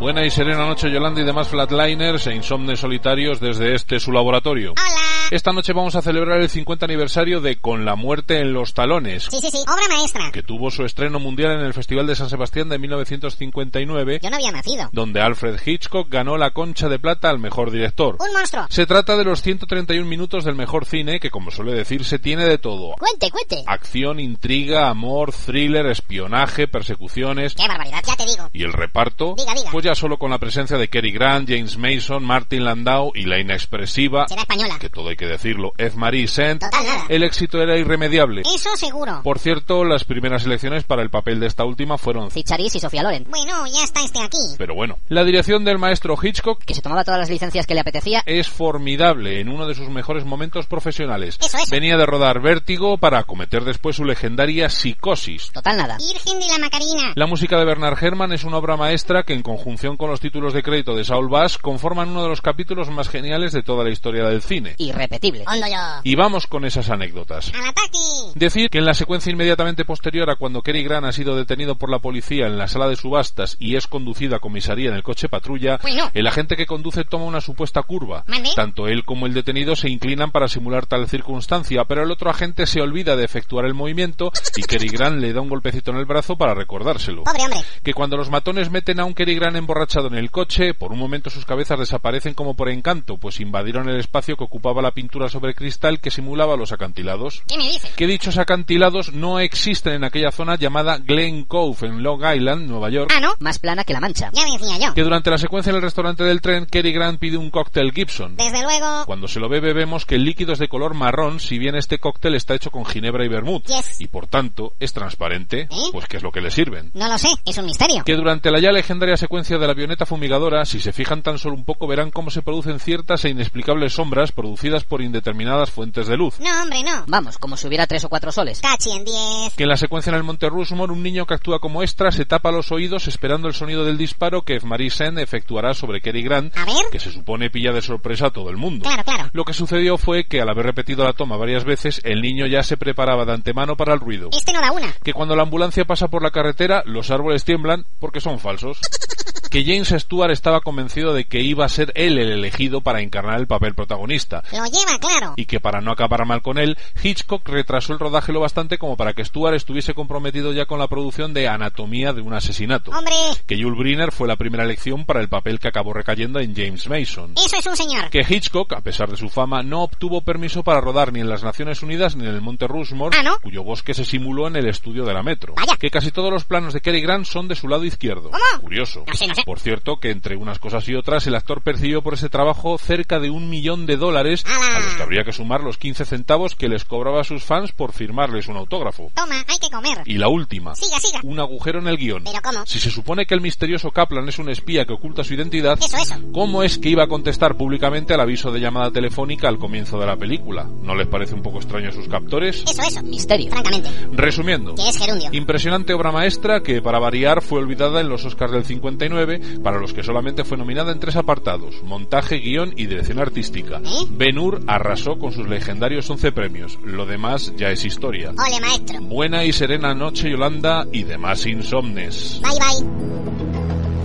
Buena y serena noche, Yolanda y demás flatliners e insomnes solitarios desde este su laboratorio. Hola. Esta noche vamos a celebrar el 50 aniversario de Con la muerte en los talones, Sí, sí, sí, obra maestra. que tuvo su estreno mundial en el Festival de San Sebastián de 1959, Yo no había nacido. donde Alfred Hitchcock ganó la concha de plata al mejor director. Un monstruo. Se trata de los 131 minutos del mejor cine, que como suele decirse tiene de todo. Cuente, cuente. Acción, intriga, amor, thriller, espionaje, persecuciones, Qué barbaridad, ya te digo. y el reparto, Diga, diga. pues ya solo con la presencia de Cary Grant, James Mason, Martin Landau y la inexpresiva, Será española. que todo hay que decirlo, Eve Marie Saint, Total nada. el éxito era irremediable. Eso seguro. Por cierto, las primeras elecciones para el papel de esta última fueron c- Ficharis y Sofía Loren, Bueno, ya está este aquí. pero bueno. La dirección del maestro Hitchcock que se tomaba todas las licencias que le apetecía. Eh. es formidable en uno de sus mejores momentos profesionales. Eso, eso. Venía de rodar Vértigo para acometer después su legendaria Psicosis. Total nada. Virgen de la Macarena. La música de Bernard Herrmann es una obra maestra que en conjunción con los títulos de crédito de Saul Bass conforman uno de los capítulos más geniales de toda la historia del cine. Irrepetible. Hondo yo. Y vamos con esas anécdotas. Al ataque. Decir que en la secuencia inmediatamente posterior a cuando Cary Grant ha sido detenido por la policía en la sala de subastas y es conducido a comisaría en el coche patrulla, Bueno. el agente que conduce toma una supuesta curva. ¿Mande? Tanto él como el detenido se inclinan para simular tal circunstancia, pero el otro agente se olvida de efectuar el movimiento y Cary Grant le da un golpecito en el brazo para recordárselo Pobre hombre. que cuando los matones meten a un Cary Grant emborrachado en el coche, por un momento sus cabezas desaparecen como por encanto, pues invadieron el espacio que ocupaba la pintura sobre cristal que simulaba los acantilados. ¿Qué me dice? Que dichos acantilados no existen en aquella zona llamada Glen Cove en Long Island, Nueva York. Ah, ¿no? Más plana que la mancha. Ya decía yo. Que durante la secuencia en el restaurante del tren, Cary Grant pide un cóctel Gibson. Desde luego. Cuando se lo bebe vemos que el líquido es de color marrón, si bien este cóctel está hecho con ginebra y vermut, Yes. y por tanto es transparente, pues que es lo que le sirven. No lo sé, es un misterio. que durante la ya legendaria secuencia de la avioneta fumigadora, si se fijan tan solo un poco, verán cómo se producen ciertas e inexplicables sombras producidas por indeterminadas fuentes de luz. No, hombre, no. Vamos, como si hubiera tres o cuatro soles. Cachi en 10. Que en la secuencia en el Monte Rushmore, un niño que actúa como extra se tapa los oídos esperando el sonido del disparo que Marie Sen efectuará sobre Cary Grant, A ver. que se supone pilla de sorpresa a todo el mundo. Claro, claro. Lo que sucedió fue que al haber repetido la toma varias veces, el niño ya se preparaba de antemano para el ruido. Este no da una. que cuando la ambulancia pasa por la carretera los árboles tiemblan porque son falsos. Que James Stewart estaba convencido de que iba a ser él el elegido para encarnar el papel protagonista. Lo lleva claro. Y que para no acabar mal con él, Hitchcock retrasó el rodaje lo bastante como para que Stewart estuviese comprometido ya con la producción de Anatomía de un asesinato. Hombre, Que Yul Brynner fue la primera elección para el papel que acabó recayendo en James Mason. eso es un señor. Que Hitchcock, a pesar de su fama, no obtuvo permiso para rodar ni en las Naciones Unidas ni en el Monte Rushmore, Ah, ¿no? cuyo bosque se simuló en el estudio de la Metro. Vaya. Que casi todos los planos de Cary Grant son de su lado izquierdo. ¿Cómo? Curioso. No sé, no sé. Por cierto, que entre unas cosas y otras, el actor percibió por ese trabajo cerca de un millón de dólares, ¡Hala! a los que habría que sumar los 15 centavos que les cobraba a sus fans por firmarles un autógrafo. Toma, hay que comer. Y la última. Siga, siga. Un agujero en el guión. Pero ¿cómo? Si se supone que el misterioso Kaplan es un espía que oculta su identidad, Eso, eso. ¿Cómo es que iba a contestar públicamente al aviso de llamada telefónica al comienzo de la película? ¿No les parece un poco extraño a sus captores? Eso, eso. Misterio. Francamente, Resumiendo, que es gerundio. impresionante obra maestra que para variar fue olvidada en los Oscars del 59, para los que solamente fue nominada en tres apartados, montaje, guión y dirección artística. ¿Eh? Ben Hur arrasó con sus legendarios 11 premios, lo demás ya es historia. Ole, maestro. Buena y serena noche Yolanda y demás insomnes. Bye, bye.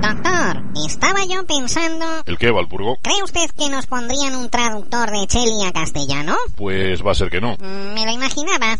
Doctor, estaba yo pensando... ¿El qué, Valpurgo? ¿Cree usted que nos pondrían un traductor de Cheli a castellano? Pues va a ser que no. Mm, Me lo imaginaba.